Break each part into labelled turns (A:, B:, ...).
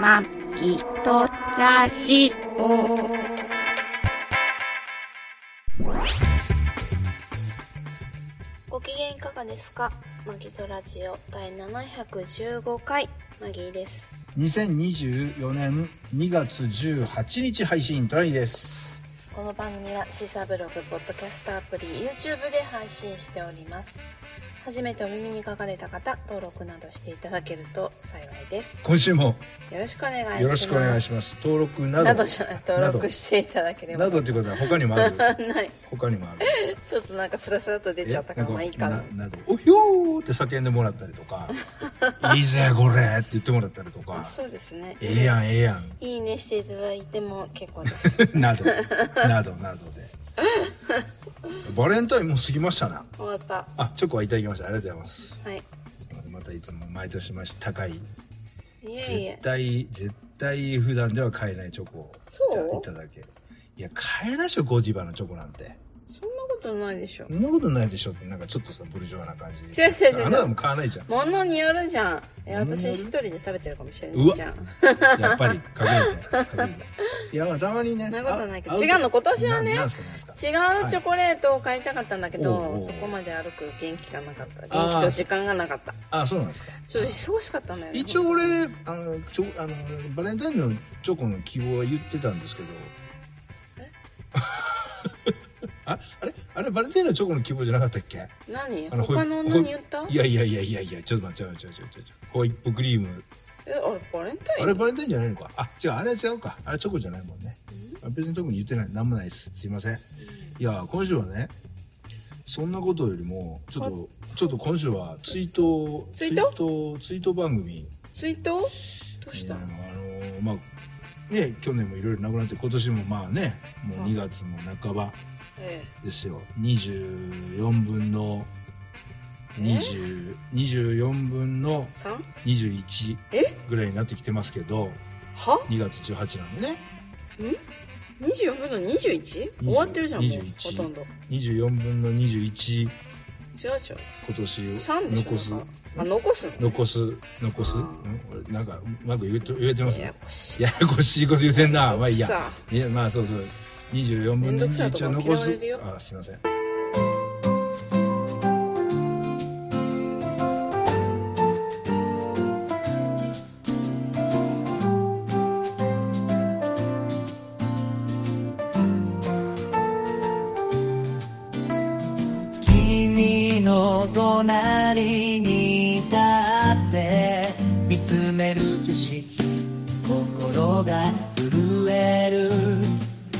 A: マギトラジオ。
B: ご機嫌いかがですかマギトラジオ第715回マギーです
C: 2024年2月18日配信トラニーです
B: この番組はシーサーブログポッドキャストアプリ YouTube で配信しております初めてお耳に書かれた方登録などしていただけると幸いです
C: 今週も
B: よろしくお願いします
C: よろしくお願いします登録など
B: などじゃない登録していただければ
C: などってことは他にもあ る
B: ない
C: 他にもある
B: ちょっとなんかスラスラと出ちゃったから
C: え
B: まあいいかな
C: ななどおひょーって叫んでもらったり とかいいぜこれって言ってもらったりとか
B: そうですね
C: ええやんええやん
B: いいねしていただいても結構です
C: などなどなどでバレンタインもう過ぎましたな
B: 終わった
C: あチョコはいただきましたありがとうございます
B: はい
C: またいつも毎年まし高い
B: いえいえ
C: 絶対絶対普段では買えないチョコを
B: そう
C: いたいただけるいや買えないでしょゴディバのチョコなんて
B: そんなことないでしょ
C: そんなことないでしょってなんかちょっとさブルジョアな感じ
B: 違う違う違う
C: あなたも買わないじゃん
B: 物によるじゃんえ
C: 物に
B: 私
C: よる
B: 一人で食べてるかもしれな
C: う
B: い
C: わ
B: じゃん
C: や っぱり隠れて隠れていやまあたまにね
B: そんなことないけど
C: あ
B: 違うの今年はね
C: ななんすかなんすか
B: 違うチョコレートを買いたかったんだけど、
C: おうおう
B: そこまで歩く元気がなかった
C: あー
B: 元気と時間がなかった
C: あそうなんですか
B: ちょっと忙しかったんだよね
C: 一応俺あのちょあのバレンタインのチョコの希望は言ってたんですけど
B: え
C: ああれあれバレンタインのチョコの希望じゃなかったっけ
B: 何
C: あの
B: 他の女に言った
C: いやいやいやいやいや、ちょっと待って、ちょっと待って、ちょっと待ってちょっと待って、ホイップクリーム。
B: えあれバレンタイン
C: あれバレンタインじゃないのか。あ、違う、あれは違うか。あれチョコじゃないもんね。あ別に特に言ってない。なんもないです。すいません。いや、今週はね、そんなことよりも、ちょっと、ちょっと今週はツイート、
B: ツイート
C: ツイート、ツイート番組。
B: ツイートどうした、
C: あの、まあ、ね、去年もいろいろなくなって、今年もまあね、もう2月も半ば
B: え
C: ですよ。24分の、20、24分の
B: え、3?
C: 21
B: え
C: ぐらいになってきてますけど
B: は
C: 2月18なんでね
B: ?24 分の 21? 終わってるじゃんもうほ
C: 21
B: とんど違う
C: 24分の21
B: じゃん
C: 今年
B: 3でしょ
C: 残す
B: なんかあ残すの
C: 残す残す
B: あ
C: ん俺なんかうまく言えて言えてます
B: や
C: や
B: やこしい
C: やこしいこと言うてんなまあいいや
B: さあ
C: いやまあそうそう24分
B: めんど
C: の
B: くさい
C: 21
B: と
C: は
B: こ嫌
C: 残
B: わ
C: す
B: れるよ
C: あすいません
D: 君の隣に立って見つめる景色心が震える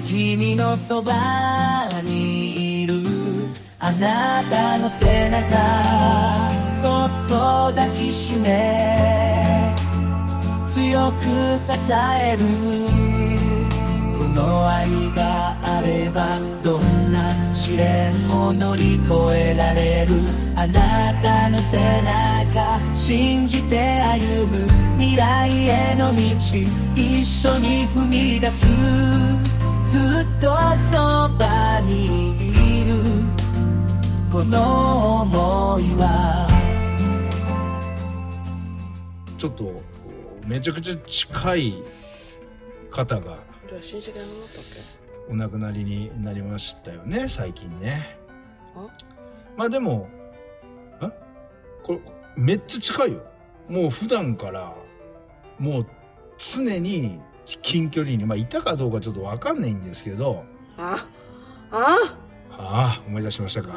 D: 君のそばにいるあなたの背中そっと抱きしめ強く支えるこの愛があればどんな試練も乗り越えられるあなたの背中信じて歩む未来への道一緒に踏み出すずっとそばにいるこの想いは
C: ちょっとこうめちゃくちゃ近い方が
B: どう親戚がなったっけ
C: お亡くなりになりましたよね最近ね
B: あ
C: まあでもあこれめっちゃ近いよもう普段からもう常に近距離にまあいたかどうかちょっとわかんないんですけど
B: ああ
C: ああ思い出しましたか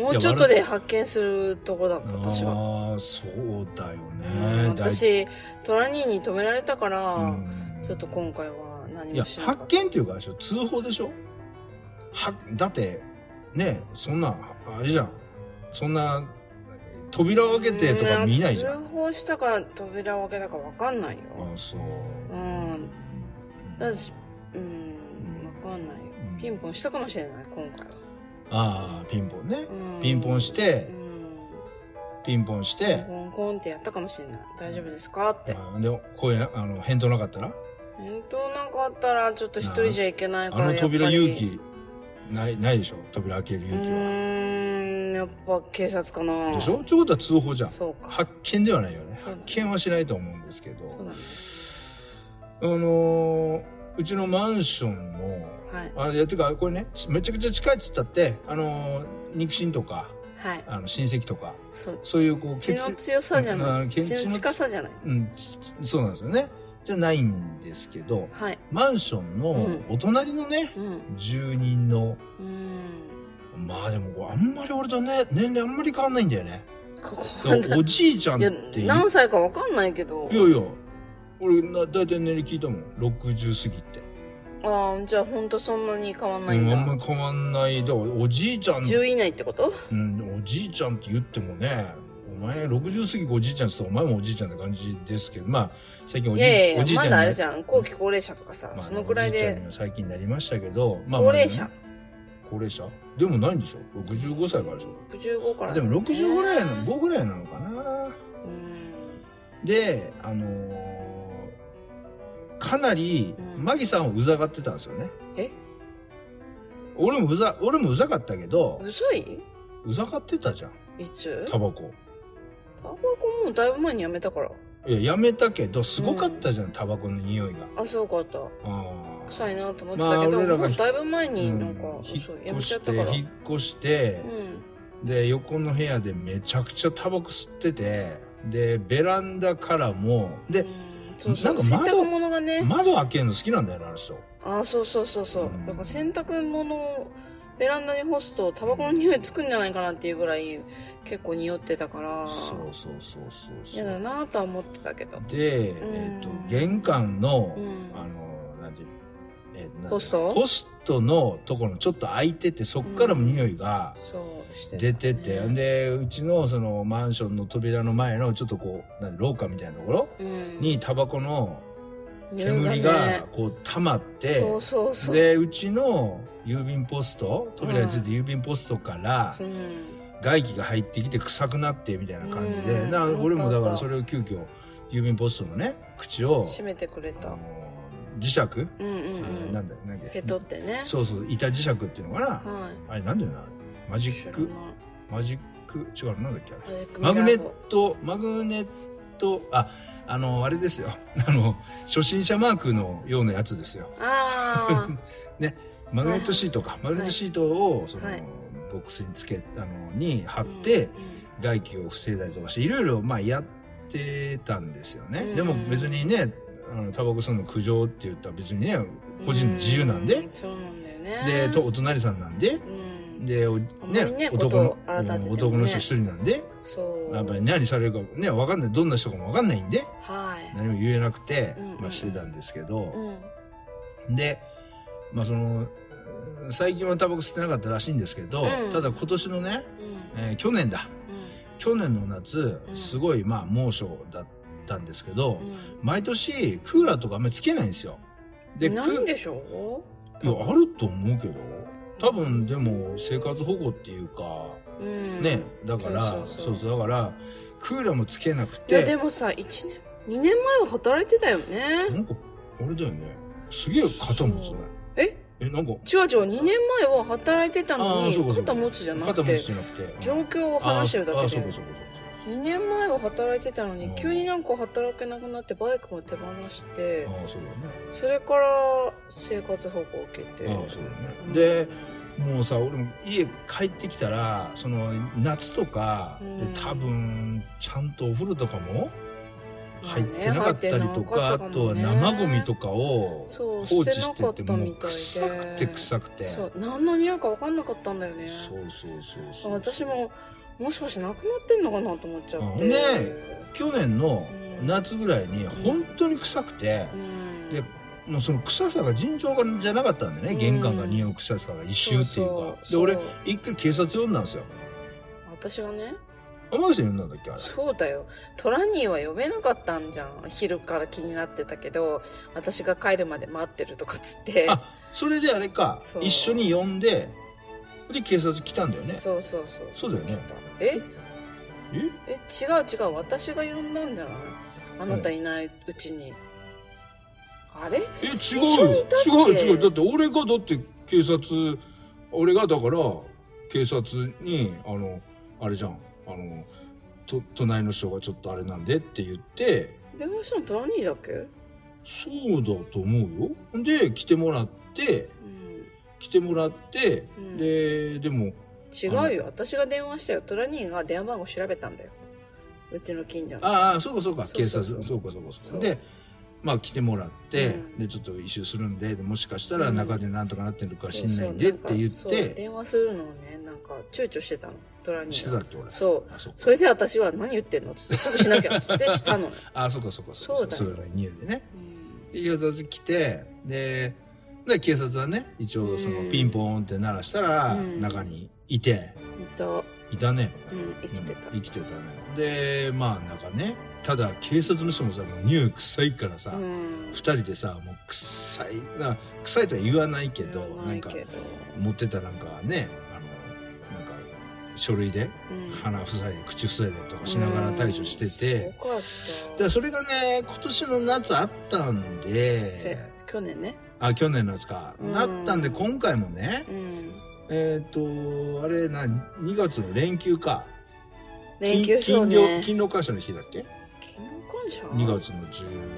B: もうちょっとで発見するところだった 私は
C: ああそうだよ
B: う
C: ね
B: ん私トラ兄に止められたか
C: だ
B: ら、
C: いうん
B: ちょっと今回は何
C: い
B: も
C: や
B: しなか
C: 発
B: った
C: 見っていうかあれでしょ通報でしょはだってねそんなああれじゃんそんな扉を開けてとか見ないじゃん
B: う通報したか扉を開けたか分かんないよ
C: あそう
B: うんだしうん分かんないよ
C: うん
B: ピンポンしたかもしれない今回は、
C: ああピンポンね
B: うん
C: ピンポンして
B: うん
C: ピンポンして
B: コンコンってやったかもしれない大丈夫ですかって
C: あで声なあの返答なかったら
B: 本当なんかあったらちょっと一人じゃいけないか
C: あ
B: ら
C: の扉
B: やっぱり
C: 勇気ないないでしょ扉開ける
B: う
C: 勇気は
B: ーんやっは警察かな
C: でしょってことは通報じゃん。
B: そうか
C: 発見ではないよね。
B: そうだ
C: 発
B: ね
C: 見はしないと思うんですけど。
B: そうだね
C: あのーうちのマンションの、
B: はい
C: あれ、いやってか、これね、ちめちゃくちゃ近いっつったって、あのー肉親とか、
B: はい
C: あの、親戚とか、
B: そう
C: そういう、こう、
B: 血の強さじゃ
C: うんあ
B: な
C: の
B: い
C: 血
B: 血
C: の
B: の近さじゃない
C: うん、ちちそうなんですよね。じゃないんですけど、
B: はい
C: マンションの
B: うん
C: お隣のね、
B: うん
C: 住人の、
B: うん
C: まあでもこう、あんまり俺とね、年齢あんまり変わんないんだよね。
B: ここ
C: だ
B: は
C: からおじいちゃん
B: いや
C: っていう。
B: 何歳かわかんないけど
C: いやいや、俺な、大体年齢聞いたもん。60過ぎて。
B: ああじゃあほんとそんなに変わんない
C: うんん、
B: だ、
C: あんまり変わんない。だから、おじいちゃん、
B: 10位以内ってこと
C: うん、おじいちゃんって言ってもね、お前60過ぎおじいちゃんって言ったらお前もおじいちゃんって感じですけど、まあ、最近お
B: い
C: じいちゃん、
B: やいや
C: おじ
B: い
C: い
B: やま
C: ちゃん
B: だあ
C: に
B: れじゃん後期高齢者とかさ、
C: まあ
B: そのくらい
C: おじいちゃん
B: で
C: には最近なりましたけど、まあ、
B: 高齢者
C: まあね高齢者でもないんでしょ ?65 歳からでしょ
B: 65から
C: でも60ぐらいの、
B: う
C: 5ぐらいなのかな。
B: ん
C: で、あのーかなり、
B: うん
C: マギさんをうざがってたんですよね。
B: え
C: 俺もうざ、俺もうざかったけど、
B: うざいう
C: ざがってたじゃん、
B: いつ
C: タバコ。
B: タバコもだいぶ前にやめたから
C: いや、やめたけど、すごかったじゃん、タバコの匂いが。
B: あそうかった
C: あー
B: 臭いなと思ってたけど、
C: まあ俺ら
B: も
C: が
B: うだいぶ前になんか、
C: うん引
B: そうや
C: っ
B: め
C: 越
B: ちゃっ
C: したて
B: から、
C: 引っ越して、
B: うん
C: で横の部屋でめちゃくちゃタバコ吸っててでベランダからも
B: う
C: で
B: ん、そうそ
C: な
B: うん
C: か
B: 洗
C: 窓
B: 濯物がね、
C: 窓開けるの好きなんだよなあの人
B: あそうそうそうそう、
C: うん
B: だから洗濯物をベランダに干すとタバコの匂いつくんじゃないかなっていうぐらい結構匂ってたから
C: そうそうそうそうそ
B: 嫌だ
C: う
B: なとは思ってたけど
C: で、
B: うん
C: えっと玄関の、
B: うん
C: あのなんていうえーなんて
B: ポスト
C: ポストのところのちょっと開いててそっからも匂いが
B: そうしてた
C: 出てて、
B: ね
C: でうちのそのマンションの扉の前のちょっとこうなんて廊下みたいなところ
B: うん
C: にタバコの
B: 匂い
C: 煙
B: ね
C: がこう溜まって、
B: そうそうそう
C: でうちの郵便ポスト扉について郵便ポストから
B: うん
C: 外気が入ってきて臭くなってみたいな感じで、
B: うん
C: な
B: うん
C: 俺もだからそれを急遽郵便ポストのね口を
B: 閉めてくれ
C: あ
B: た
C: の磁石、
B: うんうん
C: あ
B: う
C: ー
B: ん
C: なんだなんだ
B: へとってね
C: そうそう板磁石っていうのかな、
B: はい
C: あれなんだよなあれマジッ
B: 知
C: ク
B: らない
C: マジック違うなんだっけあ
B: マ
C: れ
B: ジックミラ
C: マ
B: ー
C: グネットマグネットああのあれですよ あの初心者マークのようなやつですよ
B: ああ
C: マグネットシートか、マグネットシートをその、
B: はい
C: ボックスにつけ あのに貼って、外気を防いだりとかしていろいろまあやってたんですよね、
B: うん
C: でも別にねあのタバコ吸うの苦情って言ったら別にね個人の自由なんで
B: うそうなんだよね
C: でとお隣さんなんで
B: うん
C: でおね
B: あんまりねこと
C: 男
B: を
C: の
B: 改めてもね
C: うん男の人一人なんで、
B: そう
C: やっぱり何されるかねわかんないどんな人かもわかんないんで
B: はい
C: 何も言えなくて、
B: うん
C: まあ、してたんですけど、
B: うん
C: で、まあその、うん最近はタバコ吸ってなかったらしいんですけど、
B: うん
C: ただ今年のね、
B: うん
C: えー去年だ。去年の夏、
B: うん
C: すごいまあ猛暑だったんですけ
B: う
C: ど、
B: ん
C: 毎年クーラーとかあんまりつけないんですよ。で、ク
B: なん
C: ー
B: でしょ
C: いや、あると思うけど、多分でも生活保護っていうか、
B: う、うん、
C: ね、だから、
B: そ
C: そ
B: そう
C: う
B: そう
C: うそう、だから、クーラーもつけなく
B: いやで
C: て、
B: もさ1年2年前は働いてたよ
C: な
B: ね
C: んか、あれだよね、すげえ肩持つね。
B: え
C: え、なん
B: 違う違
C: か、
B: う2年前は働いてたの
C: あーそう
B: に
C: かそうか
B: 肩持つじゃな
C: 肩
B: く
C: 持
B: て
C: つじゃなくて。
B: 状況を話してるだ
C: あー
B: け
C: そう
B: で
C: かそうかそう
B: 2年前は働いてたの
C: う
B: に
C: ん
B: 急になんか働けなくなってバイクも手放して
C: かああそうだね
B: それから生活保護を受けて
C: ああそうだ
B: うん
C: ねでもうさ俺も家帰ってきたらその夏とか
B: うん
C: で多分ちゃんとお風呂とかも
B: まあ
C: 入
B: ね
C: ってなかったりとか
B: 入
C: あ
B: ってなかったもんね
C: とは生ゴミとかを
B: そう
C: 放置してて
B: 捨てなかった
C: も
B: み
C: う
B: たいで
C: 臭くて臭くて
B: そう何の匂いか分かんなかったんだよね
C: そうそうそう
B: あ
C: そう
B: 私ももしかしてなくなってんのかなと思っちゃって
C: うんね去年の
B: うん
C: 夏ぐらいに本当に臭くて
B: うん
C: でもうその臭さが尋常じゃなかったんで
B: う
C: ね
B: ん
C: 玄関が匂う臭さが一周っていうかで
B: そうそう
C: 俺一回警察呼んだんですよ
B: 私がね
C: 天海さん呼んだんだっけあれ
B: そうだよトラニーは呼べなかったんじゃん昼から気になってたけど私が帰るまで待ってるとかっつって
C: あそれであれか
B: そう
C: 一緒に呼んでで警察来たんだよね
B: そうそうそう
C: そうだよね
B: 来たえ
C: え
B: え違う違う私が呼んだんじゃないあなたいないうちに、あれ
C: え
B: 一
C: 違
B: 緒
C: う
B: にいたっ
C: よ
B: け
C: 違う違うだって俺がだって警察俺がだから警察にあのあれじゃんあのと隣の人がちょっとあれなんでって言って
B: 電話したのトラニーだっけう
C: そうだと思うよほんで来てもらって
B: ん
C: 来てもらって、
B: うん
C: ででも
B: 違うよ私が電話したよトラニーが電話番号調べたんだようちの近所の
C: ああそうかそうか
B: そう
C: 警
B: そう
C: 察
B: そう
C: そうかそうかそう
B: そう
C: かでまあ来てもらって、
B: うん
C: でちょっと一周するんででもしかしたら
B: うん
C: 中でなんとかなってるか
B: そ
C: 知
B: うんそ
C: な
B: う
C: いんでっ
B: なんか
C: て言っ
B: そう
C: て
B: 電話するのをねなんか躊躇してたのトラニ
C: して
B: ー
C: た
B: が
C: って俺
B: そう
C: あそう
B: それで私は何言ってんのって言ってすぐしなきゃって言ってしたのよ、
C: あそうかそうかそうか
B: そ
C: そうう
B: だよ
C: いう家でね
B: うん
C: で警察来てでで警察はね一応そ
B: うん
C: のピンポーンって鳴らしたら
B: うん
C: 中にいて
B: ほんと
C: いたね
B: うん生きてた、
C: うん生きてたねでまあ中ねただ警察の人もさもう匂い臭いからさ、
B: うん
C: 二人でさもう臭いな臭いとは言わないけど
B: な
C: ないんか
B: けど
C: 持ってたなんかねあのなんか書類で
B: うん
C: 鼻塞いで口塞いでとかしながら対処して
B: うん
C: て、
B: すごか
C: で
B: っ
C: それがね今年の夏あったん
B: た
C: で
B: せ去年ね
C: あ去年の夏か、
B: うん
C: なったんで今回もね
B: うん
C: えっ、とあれな2月の連休か
B: 連休そ
C: 金
B: う
C: 金労
B: ね
C: 勤労感謝の日だっけ
B: 勤労感謝
C: 2月の10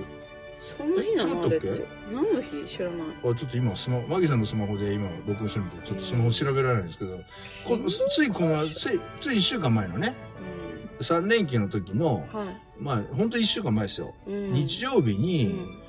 B: そんな日なのあ
C: え
B: れ
C: 違
B: っ
C: った
B: て
C: っけ
B: 何の日知らない
C: あちょっと今スママギさんのスマホで今録音してるんでちょっとスマホ調べられないんですけど、こつついこのついつい1週間前のね
B: う
C: 3連休の時の
B: んはい
C: まあほんと1週間前ですよ、
B: うん
C: 日曜日に、
B: うん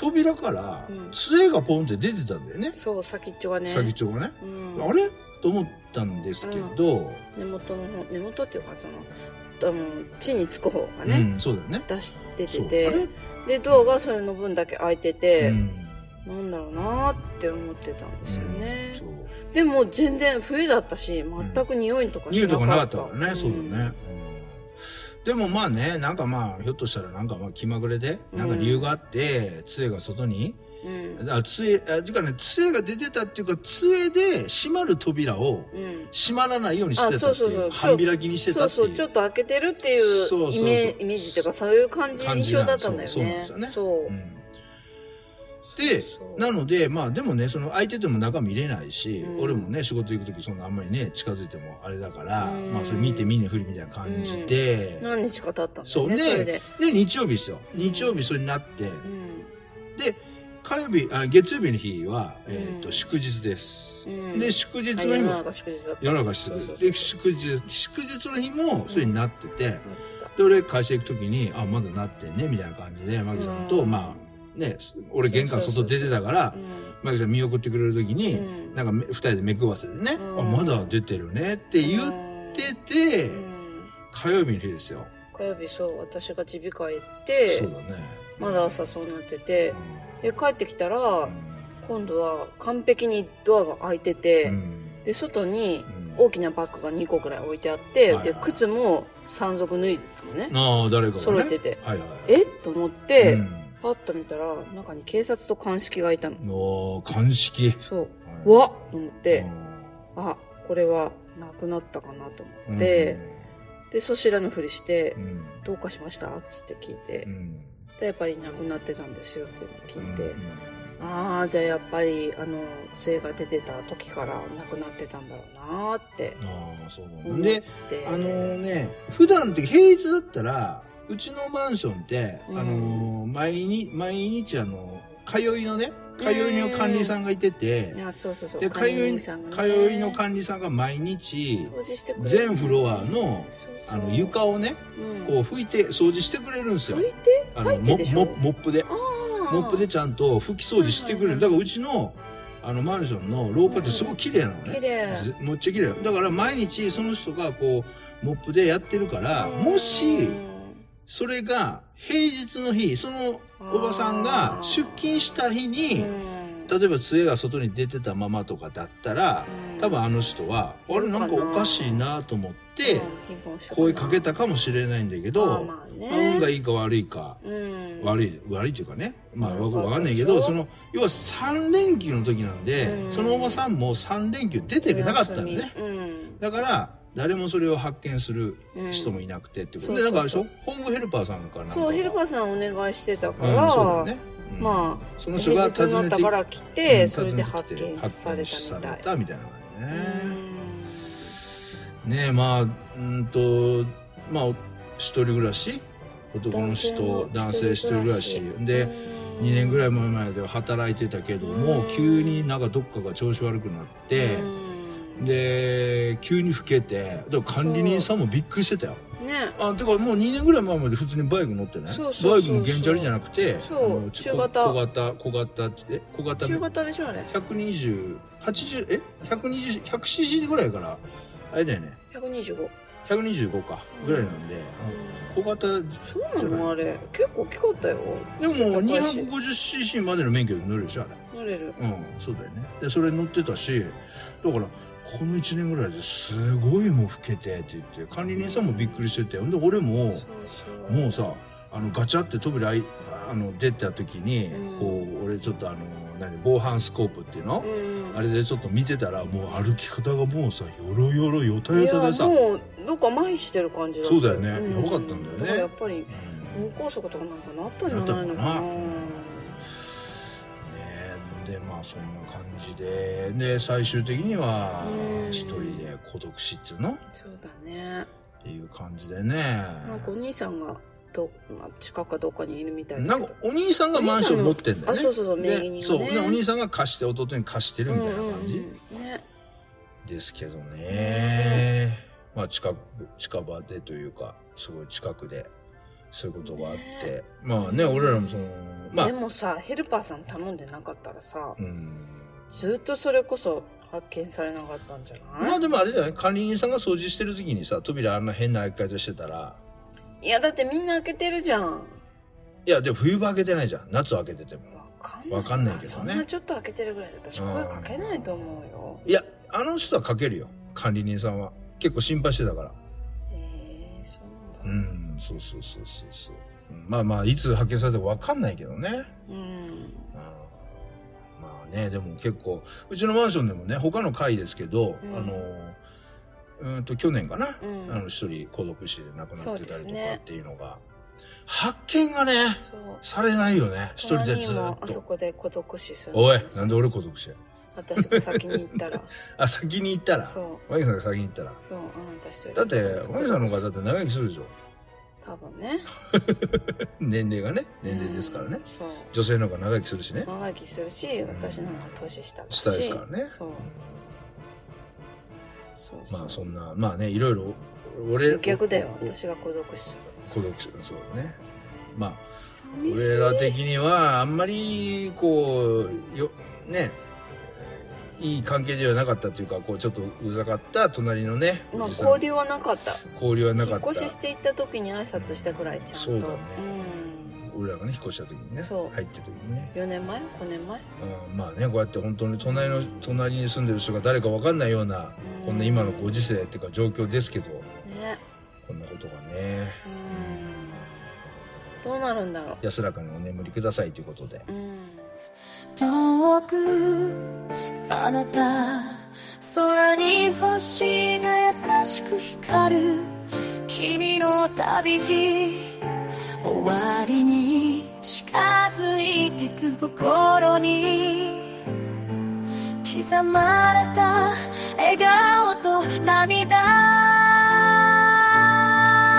C: 扉から
B: うん
C: 杖がポンって出てたんだよね、
B: そう先っちょがね
C: 先っちょがね、
B: うん
C: あれと思ったんですけど、
B: 根元の方根元っていうかそのあの地につく方が
C: うん
B: ね
C: そうだよね
B: 出し出
C: そ
B: て
C: うあれ、
B: てでドアがそれの分だけ開いてて
C: うん
B: なんだろうなーって思ってたんですよね
C: うんそう
B: でも全然冬だったし全く匂いとかし
C: 匂
B: な
C: いとかな
B: か
C: か
B: っ
C: ったたからね、そうだね、うんでもまあねなんかまあひょっとしたらなんかまあ気まぐれでなんか理由があって、杖が外に
B: うん
C: あ杖あていうかね杖が出てたっていうか杖で閉まる扉を
B: うん
C: 閉まらないようにしてたっていう
B: あそうそうそう
C: 半開きにして
B: そ
C: た
B: う
C: ってい
B: そううちょっと開けてるっていう
C: そうそうそう
B: イメイメージっていうかそういう感じ印象だったんだよ
C: 感じな
B: ね
C: のそうそうなんです
B: そううん
C: で
B: そう
C: なのでまあでもねその空いてても中見れないし、
B: うん
C: 俺もね仕事行く時そんなあんまりね近づいてもあれだから、
B: うん
C: まあそれ見て見ぬふりみたいな感じで、
B: 何日か経ったんだ
C: そ
B: よ
C: う
B: ね
C: ね
B: それで
C: で日曜日ですよ
B: うん
C: 日曜日それになって、
B: うん
C: で火曜日あ月曜日の日は、えー
B: う
C: と
B: ん
C: 祝日です、
B: うん
C: で祝日
B: あ
C: の
B: 世
C: 日
B: の
C: も
B: 中祝日だった
C: 世の中祝
B: そうそうそ
C: 日
B: う
C: で祝日祝日の日もそれになってて、
B: 思ってた
C: で俺会社行く時に「あまだなってんね」みたいな感じでマギさんと、
B: うん
C: まあね俺玄関
B: そうそう
C: 外
B: そうそう
C: 出てたからマギさん見送ってくれる時
B: う
C: に、
B: ん
C: なんかめ二人で目くばせでね「
B: うん
C: あまだ出てるね」って言っ
B: って
C: て、
B: うん
C: 火曜日の日ですよ、
B: 火曜日そう私が耳鼻科行って
C: そうだね
B: まだ朝そうなってて
C: う
B: で帰ってきたら、
C: ん
B: 今度は完璧にドアが開いてて、
C: うん
B: で外に
C: うん
B: 大きなバッグが2個ぐらい置いてあって、
C: はいはい
B: で靴も3足脱いでたのね
C: ああ誰かが、ね、
B: 揃えてて
C: はいはいはい
B: えっと思って、
C: うん
B: パッと見たら中に警察と鑑識がいたの
C: おー鑑識
B: そう
C: は
B: う
C: い
B: わっと思って
C: うん、
B: あこれはなくなったかなと思って、でそちらのふりして
C: うんうん
B: 「どうかしました?」っつって聞いて、
C: うん
B: でやっぱりなくなってたんですよっていうのを聞いて、
C: うん
B: ああじゃあやっぱりあの杖が出てた時からなくなってたんだろうなーって
C: ああそうなんだ、
B: 思っ
C: で
B: て
C: あのね普段って平日だったらうちのマンションって、
B: うん
C: あの毎日毎日あの通いのね通いの管理さんがいてて
B: い、やそうそうそう
C: で通い
B: 管理員さんが
C: 通
B: ね
C: いの管理さんが毎日
B: 掃除してくれる
C: 全フロアの
B: そうそう
C: あの床をね
B: うん
C: こう拭いて掃除してくれるんですよ
B: 拭いて
C: あの
B: 入って
C: モ
B: でしょ
C: モモップで
B: ああ
C: モップでちゃんと拭き掃除してく
B: は
C: れ
B: いはいはい
C: るだからうちのあのマンションの廊下ってすごい綺麗なのね、
B: 綺麗
C: ずめっちゃ綺麗だから毎日その人がこうモップでやってるから
B: うん
C: もしそれが平日の日そのおばさんが出勤した日に
B: うん
C: 例えば杖が外に出てたままとかだったら多分あの人は「
B: うん
C: あれなんかおかしいな」と思って声かけたかもしれないんだけ
B: まあ
C: ど
B: まあね
C: まあ運がいいか悪いか
B: うん
C: 悪い悪いというかねまあ
B: うん
C: わわかんないけ
B: そう
C: どその要は3連休の時なんで、
B: うん
C: そのおばさんも3連休出てなかったのね
B: うん
C: だから誰もそれを発見する
B: うん
C: 人もいなくてってこと、
B: うん
C: でなんかあれでし
B: そ
C: ょ
B: う
C: ホームヘルパーさんかなんか
B: そうヘルパ
C: ー
B: ーさんお願いしてたか
C: うんそうだ
B: ら
C: よね、うん
B: ま
C: その
B: 平
C: 人が
B: 日
C: 訪
B: にな
C: ね
B: ってたから来
C: う
B: て
C: ん
B: それで
C: 訪ね
B: 発
C: てきて
B: 見されたみたい
C: 発見されたみたいなのね
B: うん
C: ねえまあうーんとまあお一人暮らし男の人男性一人暮らしで、2年ぐ
B: らい
C: らい前までは働いてたけども、
B: うん
C: 急になんかどっかが調子悪くなって、で急に老けてだから管理人さんもびっくりしてたよ
B: ね
C: あてかもう2年ぐらい前まで普通にバイク乗ってね
B: そうそうそうそう
C: バイクも原チャリじゃなくて
B: そう
C: あのち
B: 中型
C: 小型小型え小型
B: 中型でしょあれ
C: 12080え120 100cc ぐらいからあれだよね
B: 125
C: 125かぐらいなんで、小型じ
B: そうなのあれ結構大きかったよ
C: でも
B: 高いし
C: 250cc までの免許で乗れるでしょあれ
B: 乗れる
C: うん、そうだよね。で、それ乗ってたし、だから、この1年ぐらいですごいもう老けてって言って、管理人さんもびっくりしてて、ほんで、俺も
B: そう、そう
C: もうさ、あの、ガチャって扉あいあの出た時に、
B: うん
C: こう、俺ちょっとあの、何、防犯スコープっていうの、
B: うん
C: あれでちょっと見てたら、もう歩き方がもうさ、よろよろよたよたでさ、
B: いやもうどっか麻痺してる感じった
C: そうだよねやばかったんだよね
B: からやっぱり
C: うん
B: 脳梗塞とかなんかなったんじゃないのか
C: なっ
B: な
C: たのかねでまあそんな感じでで最終的には
B: うん
C: 一人で孤独死っていうのっ
B: そうだね
C: ていう感じでね
B: なんかお兄さんがどまあ近くかどっかにいるみたいだ
C: な
B: け
C: ん
B: ど
C: かお兄さんがマンション持ってんだ
B: あ
C: よね
B: そうそうそう名
C: で
B: 義人
C: そう
B: がね
C: でお兄さんが貸して弟に貸してるみたいな
B: うんうん
C: 感じ
B: うんね
C: ですけどね、まあ近く近場でというかすごい近くでそういうことがあって、
B: ね
C: まあね俺らもそのまあ
B: でもさヘルパーさん頼んでなかったらさ、
C: うん
B: ずっとそれこそ発見されなかったんじゃない、
C: まあでもあれじゃない管理人さんが掃除してる時にさ扉あんな変な開き方してたら
B: いやだってみんな開けてるじゃん
C: いやでも冬場開けてないじゃん夏は開けてても
B: わかんない
C: わかんないけどね
B: そんなちょっと開けてるぐらいだったら私声かけないと思うよ
C: いやあの人はかけるよ管理人さんは結構心配してたから
B: えー、そう
C: う
B: なんだ
C: んそうそうそうそうそううんまあまあいつ発見されてもわかんないけどね
B: うん
C: うんまあねでも結構うちのマンションでもね他の階ですけど、
B: うん
C: あのうーんと去年かな、
B: うん
C: あの一人孤独死で亡くなってた
B: そうです
C: りとか
B: ね
C: っていうのが発見がね
B: そう
C: されないよね一人でず
B: たまに
C: ー
B: もあ
C: っ
B: そ
C: と
B: こで孤独死する
C: おいなんで俺孤独死や
B: 私が先に行ったら
C: あ先に行ったら
B: そう
C: マギさんが先に行ったら
B: そうあなた一人
C: だってマギさんの方がだ
B: 方
C: って長生きするでしょ
B: 多分ね
C: 年齢がね年齢ですからね
B: うんそう
C: 女性の方が長生きするしね
B: 長生きするし私の方が年下だし
C: 下ですからね
B: そうそうそう
C: まあそんなまあねいろいろ俺
B: 逆だよ
C: お
B: 私が孤独死する
C: 孤独死そうだねまあ
B: 寂しい
C: 俺ら的にはあんまりこうよねえーいい関係ではなかったというかこうちょっとうざかった隣のね
B: まあ
C: おじさん
B: 交流はなかった
C: 交流はなかっ
B: 引
C: た
B: っ越しして行った時に挨拶したぐらいちゃんと
C: そうだね
B: うん
C: 俺らがね引っ越した時にね
B: そう
C: 入ってる時にね
B: 4年前5年前
C: うんまあねこうやって本当に隣の隣に住んでる人が誰か分かんないような
B: うん
C: こんな今のご時世っていうか状況ですけど
B: ね
C: こんなことがね
B: うんどうなるんだろう
C: 安らかにお眠りくださいということで
B: うん
E: 遠く彼方空に星が優しく光る君の旅路終わりに近づいてく心に刻まれた笑顔と涙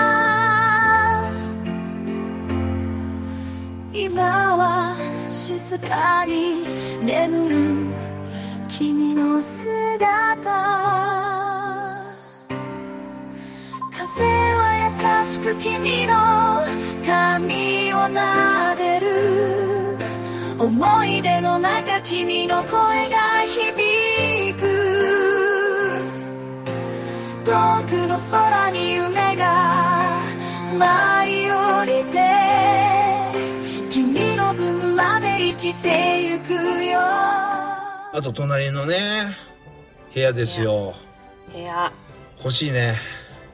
E: 今は静かに眠る君の姿風は優しく君の髪を撫でる思い出の中君の声が響く遠くの空に夢が舞い降りて君の分まで生きてゆくよ
C: あと隣のね部屋ですよ
B: 部屋
C: 欲しいね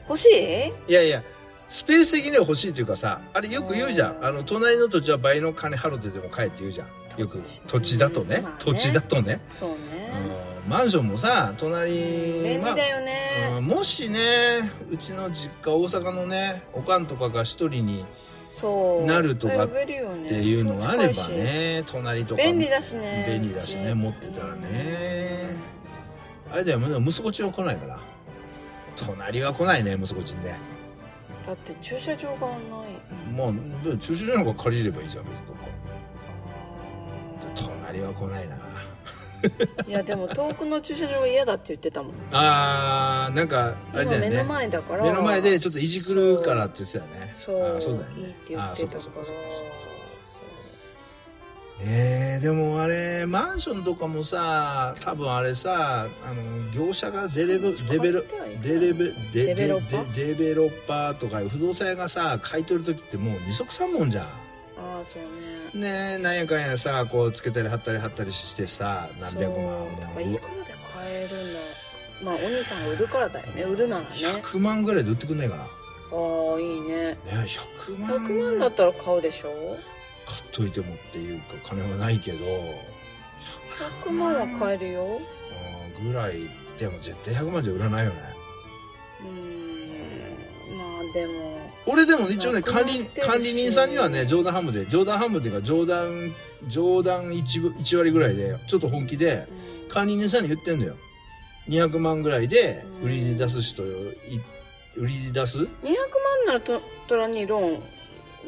B: 欲しい
C: いやいやスペース的には欲しいというかさあれよく言うじゃ
B: うんん
C: あの隣の土地は倍の金払ってでも買えって言うじゃんよく
B: 土
C: 土
B: 地
C: 地だとね,、
B: うんまあね
C: 土地だとね、
B: そうね
C: うんマンションもさ
B: 便
C: 隣
B: 利
C: まあ
B: だよね
C: うんもしねうちの実家大阪のねおかんとかが一人に
B: そう
C: なるとか
B: 呼べるよね
C: っていうのがあれば
B: そう近いし
C: ね隣とか
B: 便利だしね
C: 便利だしね持ってたらねあれだよでも息子ちは来ないから隣は来ないね息子ちんね
B: だって駐車場がない
C: もうで駐車場なんか借りればいいじゃん別にどっか隣は来ないない
B: やでも遠くの駐車場が嫌だって言ってたもん
C: あーなんか
B: 今
C: あれだよね
B: 目の前だから
C: 目の前でちょっといじくるからって言ってたよね
B: そう
C: あーそうだよ
B: いいっ
C: ね
B: て言ってたから
C: あーそうかそうかそうかそうか
B: そ
C: ねえでもあれマンションとかもさ多分あれさあの業者がデレベデベロデレベデ
B: デベロッパ
C: デデベロッパーとか不動産屋がさ買い取る時ってもう二足三門じゃん
B: ああそうね
C: ねえなんやかんやさこうつけたり貼ったり貼ったりしてさ何
B: そう
C: 百万
B: だ
C: も
B: からいくらで買えるのまあお兄さんが売るからだよね売るならね
C: 100万ぐらいで売ってくんないかなね
B: ああいいね
C: え100万
B: 100万だったら買うでしょ
C: 買っといてもっていうか金はないけど
B: 100万は買えるよ
C: うんぐらいでも絶対100万じゃ売らないよね
B: うーんまあでも
C: 俺でも一応ね
B: なくなっ
C: 管
B: てる
C: 理
B: し
C: 管理人さんにはね冗談半分で冗談半分っていうか冗談冗談 1, 分1割ぐらいでちょっと本気で
B: うん
C: 管理人さんに言ってんだよ200万ぐらいで
B: うん
C: 売りに出す人よい売りに出す
B: 200万ならトトラにローン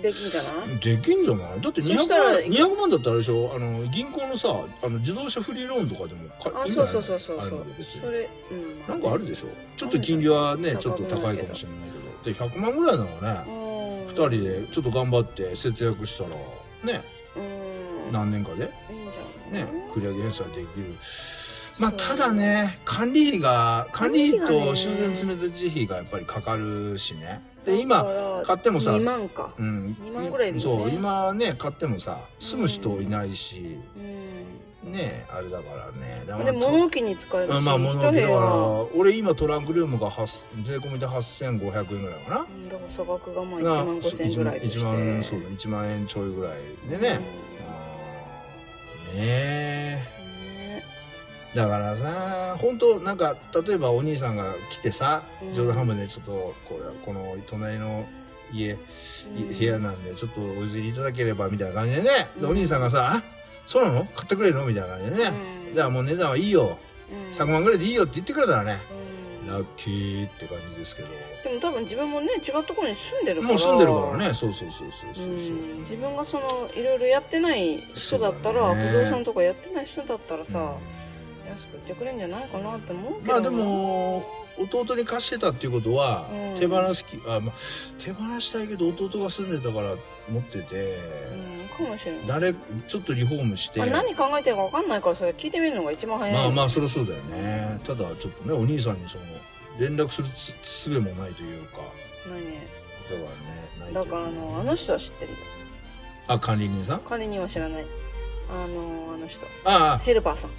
B: できんじゃない
C: できんじゃないだって200
B: そしたら
C: 万200万だったらあれでしょあの銀行のさあの自動車フリーローンとかでもか
B: あ
C: いいんじ
B: そ
C: ゃ
B: う
C: ない
B: そうそうそう
C: あ
B: そ
C: る
B: う
C: の別に
B: それうん
C: なんかあるでしょちょっと金利はねちょっと高いかもしれないけどで100万ぐらいなのね、
B: 2
C: 二2人でちょっと頑張って節約したらね
B: うん
C: 何年かで
B: いいんじゃない
C: ね繰り上げ返済できるまあ
B: そ
C: た
B: う
C: だね管理費が管理費
B: 管理費が
C: と
B: ね
C: 修繕詰め立ち費がやっぱりかかるしね
B: だ
C: で
B: か
C: 今
B: ら
C: 買ってもさ
B: 2万か
C: うん
B: 2万ぐらいでいいよね
C: そう今ね買ってもさ住む人いないし
B: うん
C: ねあれだからねだから
B: で物置に使えるし
C: うんまあ物
B: 一
C: 置
B: 部
C: だか
B: 屋
C: ら俺今トランクルームが8税込みで8500円ぐらいかな
B: うんだから差額がまあ1万5000円ぐらいとして
C: 1万そうだ1万円ちょいぐらいでね、うんねえだからさ本当なんか例えばお兄さんが来てさ
B: うん
C: 冗談半分でちょっとこれこの隣の家、い
B: うん
C: 部屋なんでちょっとお譲りいただければみたいな感じでね、で
B: うん
C: お兄さんがさ「あそうなの買ってくれるの?」みたいな感じでね、
B: うん
C: じゃあもう値段はいいよ
B: うん
C: 100万ぐらいでいいよって言ってくれたらね、
B: うん
C: ラッキーって感じですけど
B: でも多分自分もね違うところに住んでるから
C: もう住んでるからねそうそうそうそうそうう、そうん
B: 自分がそのいろいろやってない人だった
C: そ
B: ら、
C: うだね
B: 不動産とかやってない人だったらさ、
C: うん
B: 安く売ってくれんじゃないかなって思うけど
C: まあでも弟に貸してたっていうことは、
B: うん
C: 手放すきあ、まあ、手放したいけど弟が住んでたから持ってて、
B: うんかもしれない
C: 誰ちょっとリフォームして
B: まあ何考えてるか分かんないからそれ聞いてみるのが一番早い
C: まあまあそりゃそうだよねただちょっとねお兄さんにその連絡するつすべもないというか
B: 何
C: だからねないとい
B: だ
C: う
B: からあのあの人は知ってるよ
C: あ管理人さん
B: 管理人は知らないあのあの人
C: ああ
B: ヘルパーさん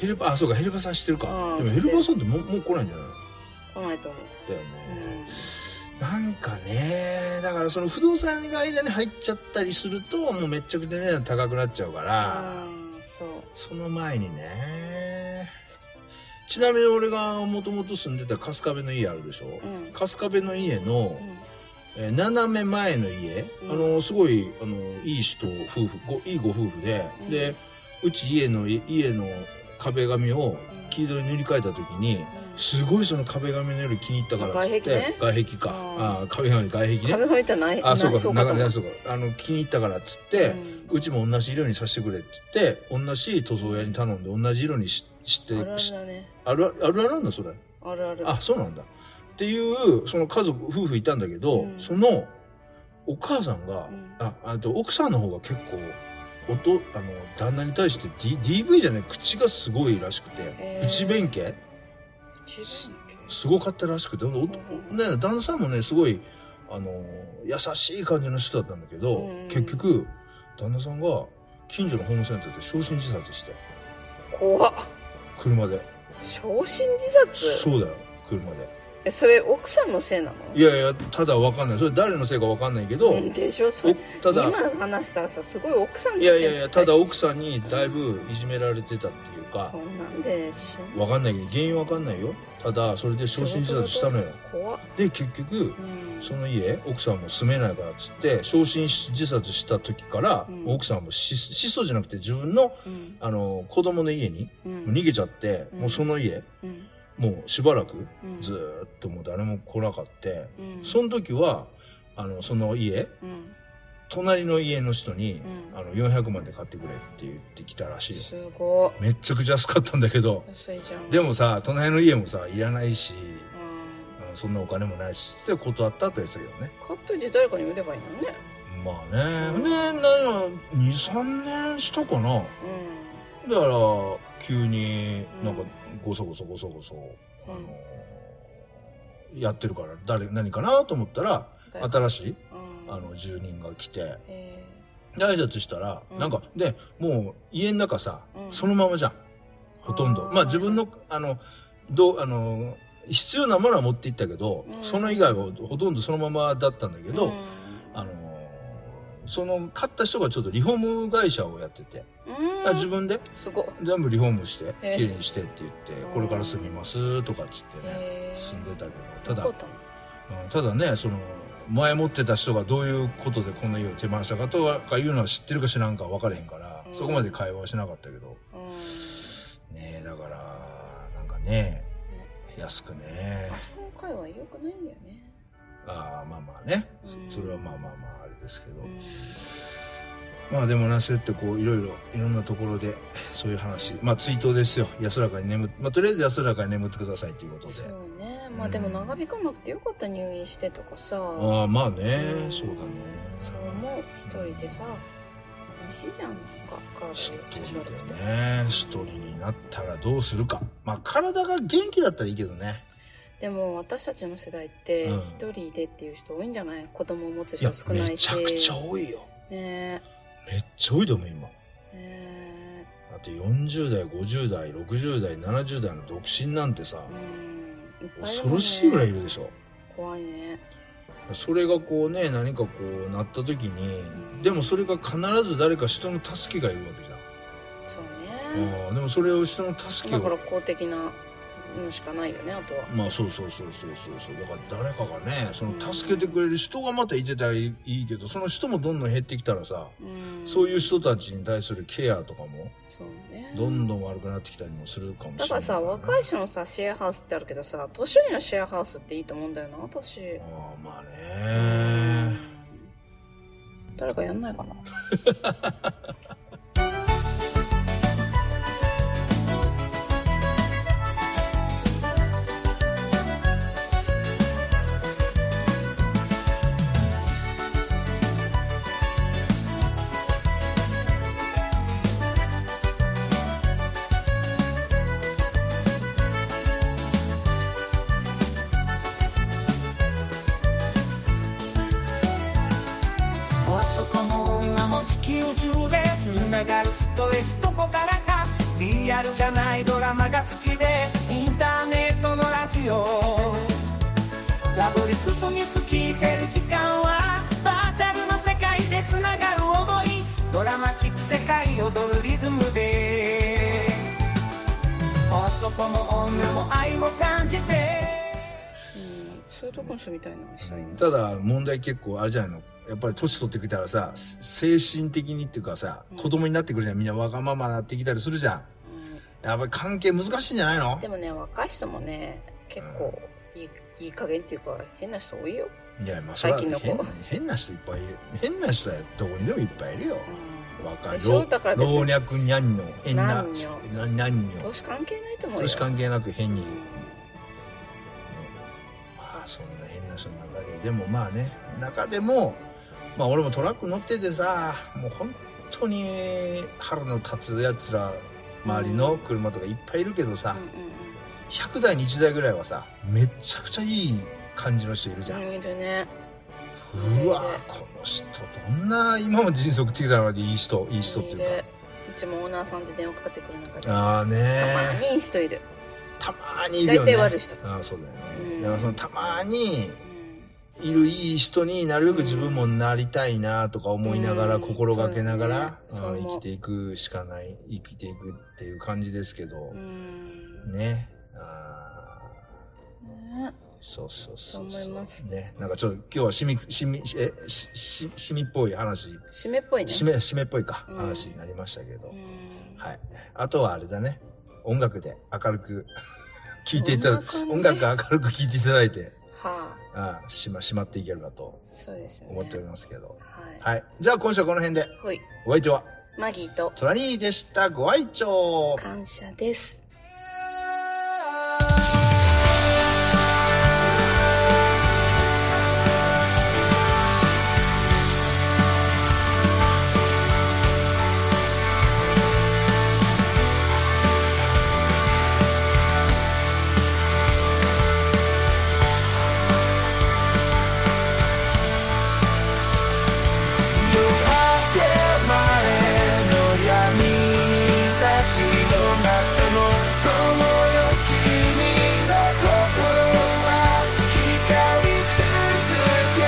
C: ヘルパーあそうかヘルパーさん知ってるか
B: うん
C: でも
B: 知
C: ヘ
B: ってる
C: ルパーさんってもうもう来ないんじゃない
B: 来ないと思う
C: だよね、
B: うん
C: なんかねだからその不動産が間に入っちゃったりするともうめっちゃくちゃ値段高くなっちゃうから、
B: うんそう
C: その前にね
B: そ
C: ちなみに俺がもともと住んでた春日部の家あるでしょ、
B: うん
C: 春日部の家の、
B: うん
C: えー斜め前の家、
B: うん
C: あのすごいあのいい人夫婦ごいいご夫婦で、
B: うん
C: でうち家のい家の壁紙を黄色に塗り替えた時にすごいその壁紙の色気に入ったからっつって
B: 外壁ね
C: 外壁か
B: あー
C: あー壁紙外壁ね
B: 壁紙ってない
C: あそう
B: な
C: か
B: いそうか
C: 中
B: と思
C: でねそうかあの気に入ったからっつって、
B: うん
C: うちも同じ色にさせてくれって言って同じ塗装屋に頼んで同じ色にしして
B: あるある
C: し
B: だね
C: あるあるあるなんだそれ
B: あるある
C: あそうなんだっていうその家族夫婦いたんだけど、
B: うん
C: そのお母さんが、
B: うん
C: ああと奥さんの方が結構おとあの旦那に対して、D、DV じゃない口がすごいらしくて、
B: えー
C: 口弁慶
B: 自分
C: すごかったらしくて、おおね、旦那さんもねすごいあの優しい感じの人だったんだけど、
B: うん
C: 結局旦那さんが近所のホームセンターで焼身自殺して
B: 怖っ
C: 車で
B: 焼身自殺
C: そうだよ車で
B: えそれ奥さんのせいなの
C: いやいやただわかんないそれ誰のせいかわかんないけど、
B: うんでしょそ
C: お
B: れ
C: ただ
B: 今話したらさすごい奥さん
C: いやいやいやただ奥
B: さ
C: さんにだいぶいじめられてたっていうか
B: そんなんでしょ
C: わかんないけど原因わかんないよただそれで焼身自殺したのよ
B: 怖っ
C: で結局
B: うん
C: その家奥さんも住めないからっつって焼身自殺した時から、
B: うん
C: 奥さんもし失踪じゃなくて自分の
B: うん
C: あの子供の家に
B: うん
C: 逃げちゃって、
B: うん
C: もうその家
B: うん
C: もうしばらく
B: うん
C: ずーっともう誰も来なかって、
B: うん
C: その時はあのその家
B: うん
C: 隣の家の人に、
B: うん
C: あの400万で買ってくれって言ってきたらしいよ
B: すご
C: めっちゃくちゃ安かったんだけど
B: い安いじゃん
C: でもさ隣の家もさいらないし、
B: うん
C: うんそんなお金もないしって断ったって言ってたけどね
B: 買っといて誰かに売ればいいのね
C: まあねね23年したかな
B: う
C: だから急になんか
B: うん
C: ごそごそごそごそ、
B: うん
C: あのやってるから誰何かなと思ったら
B: ん誰か
C: 新しい
B: うん
C: あの住人が来て
B: え
C: で挨拶したら、
B: うん
C: なんかでもう家の中さ、
B: うん
C: そのままじゃんほとんど
B: あー
C: まあ自分のあのどうあの必要なものは持って行ったけど、
B: うん
C: その以外はほとんどそのままだったんだけ
B: ー
C: ど、
B: うん
C: あのその買った人がちょっとリフォーム会社をやってて、
B: うん
C: あ自分です
B: ごい
C: 全部リフォームして
B: えー
C: きれいにしてって言って、
B: うん
C: これから住みますとかっつってね、
B: えー
C: 住んでたけどただ、
B: ど
C: う
B: うだった
C: んただねその前持ってた人がどういうことでこの家を手放したかとかいうのは知ってるか知らんか分からへんから、
B: うん
C: そこまで会話はしなかったけど
B: のうん
C: ねえだからなんかね安くね
B: あそこの会は良くないんだよね
C: あーまあまあね、
B: うん
C: それはまあまあまああれですけど、
B: うん
C: まあでもなそうやってこういろいろいろんなところでそういう話まあ追悼ですよ安らかに眠っ、まあ、とりあえず安らかに眠ってくださいということで
B: そうねまあでも長引かなくてよかった入院してとかさ
C: ああまあね
B: うん
C: そうだね
B: そう思う一人でさ寂しいじゃんなんか体
C: 一人
B: 弱って
C: でね一人になったらどうするかまあ体が元気だったらいいけどね
B: でも私たちの世代って
C: うん
B: 一人でっていう人多いんじゃない子供を持つ
C: いや
B: 人少な
C: め
B: い
C: ち
B: し
C: ゃくちゃ多いよ
B: ね
C: めっちゃ多いと思う今
B: えね
C: だって40代50代60代70代の独身なんてさ
B: えうんっぱいいるね
C: 恐ろしいぐらいいるでしょ
B: 怖いね
C: それがこうね何かこうなった時
B: うん
C: にでもそれが必ず誰か人の助けがいるわけじゃん、
B: そう
C: あ
B: ね
C: ーでもそれを人の助け
B: だから
C: を
B: 公的なのしかないよねあとは
C: まあそうそうそうそうそうそうだから誰かがねその助けてくれる人がまたいてたらいいけどその人もどんどん減ってきたらさ
B: うん
C: そういう人たちに対するケアとかも
B: そうね
C: どんどん悪くなってきたりもするかもしれない、
B: だからさ若い人のさシェアハウスってあるけどさ年寄りのシェアハウスっていいと思うんだよな私
C: あーまあね
B: 誰かやんないかな
D: 男も女も地球中でつながるストレスどこからかリアルじゃないドラマが好きでインターネットのラジオラブリストに好きてる時間はバーチャルの世界でつながる想いドラマチック世界踊るリズムで男も女も愛を感じて
B: うんそういうとこに住みたいなしたいな
C: ただ問題結構あれじゃないのやっぱり年取ってきたらさ精神的にっていうかさ
B: うん
C: 子供になってくるじゃんみんなわがままなってきたりするじゃん
B: うん
C: やっぱり関係難しいんじゃないの
B: でもね若い人もね結構いい,、いい加減っていうか変な人多いよ、
C: いやまあそれは
B: 最
C: 変
B: 近
C: な
B: の子
C: 変な人いっぱい変な人はどこにでもいっぱいいるよ
B: う
C: 若い
B: でしょ
C: 老
B: だから別に
C: 老若にゃんの変な
B: にゃ
C: なにゃんに
B: ん、
C: ょ
B: 年関係ないと思うよ
C: 年関係なく変に、ね
B: う
C: まあそんな変な人の中ででもまあね中でもまあ俺もトラック乗っててさもう本当に腹の立つやつら周りの車とかいっぱいいるけどさ、
B: ん
C: 100台に1台ぐらいはさめっちゃくちゃいい感じの人いるじゃん
B: うん、うんうんいるね
C: うわーこの人どんな今まで人足ってきたのでいい人いい人っていう
B: る
C: か
B: うちもオーナーさんで電話かかってくる中でた
C: ああね
B: ま
C: ー
B: にいい人いる、
C: たまーにいるよね
B: 大体悪い人
C: ああそうだよね、
B: うん
C: だからそのたまーに
B: うん
C: いるいい人になるべく自分もなりたいなとか思いながら、
B: うん
C: 心がけながら、
B: そうだね
C: うん
B: そう
C: 生
B: 思う
C: きていくしかない生きていくっていう感じですけど
B: う、ん
C: ねあ
B: ね
C: ーそうそう
B: そ
C: そう
B: う
C: そう
B: 思います
C: ねなんかちょっと今日はしみしみしえしししみっぽい話
B: 締めっぽいね
C: しめしめっぽいか、
B: うん
C: 話になりましたけど、
B: うん
C: はいあとはあれだね音楽で明るく聞いていただく
B: そん
C: 音
B: な感
C: 楽
B: じ
C: 明るく聞いていただいて、
B: はあ、
C: ああ、しま、しまっていければと
B: そうですね。
C: 思っておりますけど。
B: はい。
C: はい。じゃあ今週はこの辺で、
B: ほい。
C: お相手は、
B: マギーと
C: トラニーでした。ご愛聴
B: 感謝です。
D: 夜明け前の闇たちの中の友よ君の心は光り続ける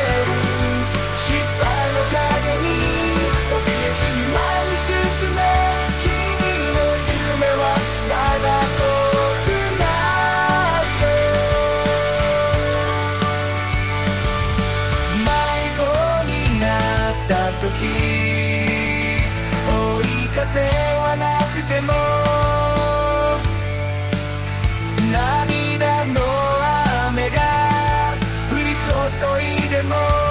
D: 失敗の影に怯えずに前に進め君の夢はまだ遠くないよ迷子になった時追い風はなくても涙の雨が降り注いでも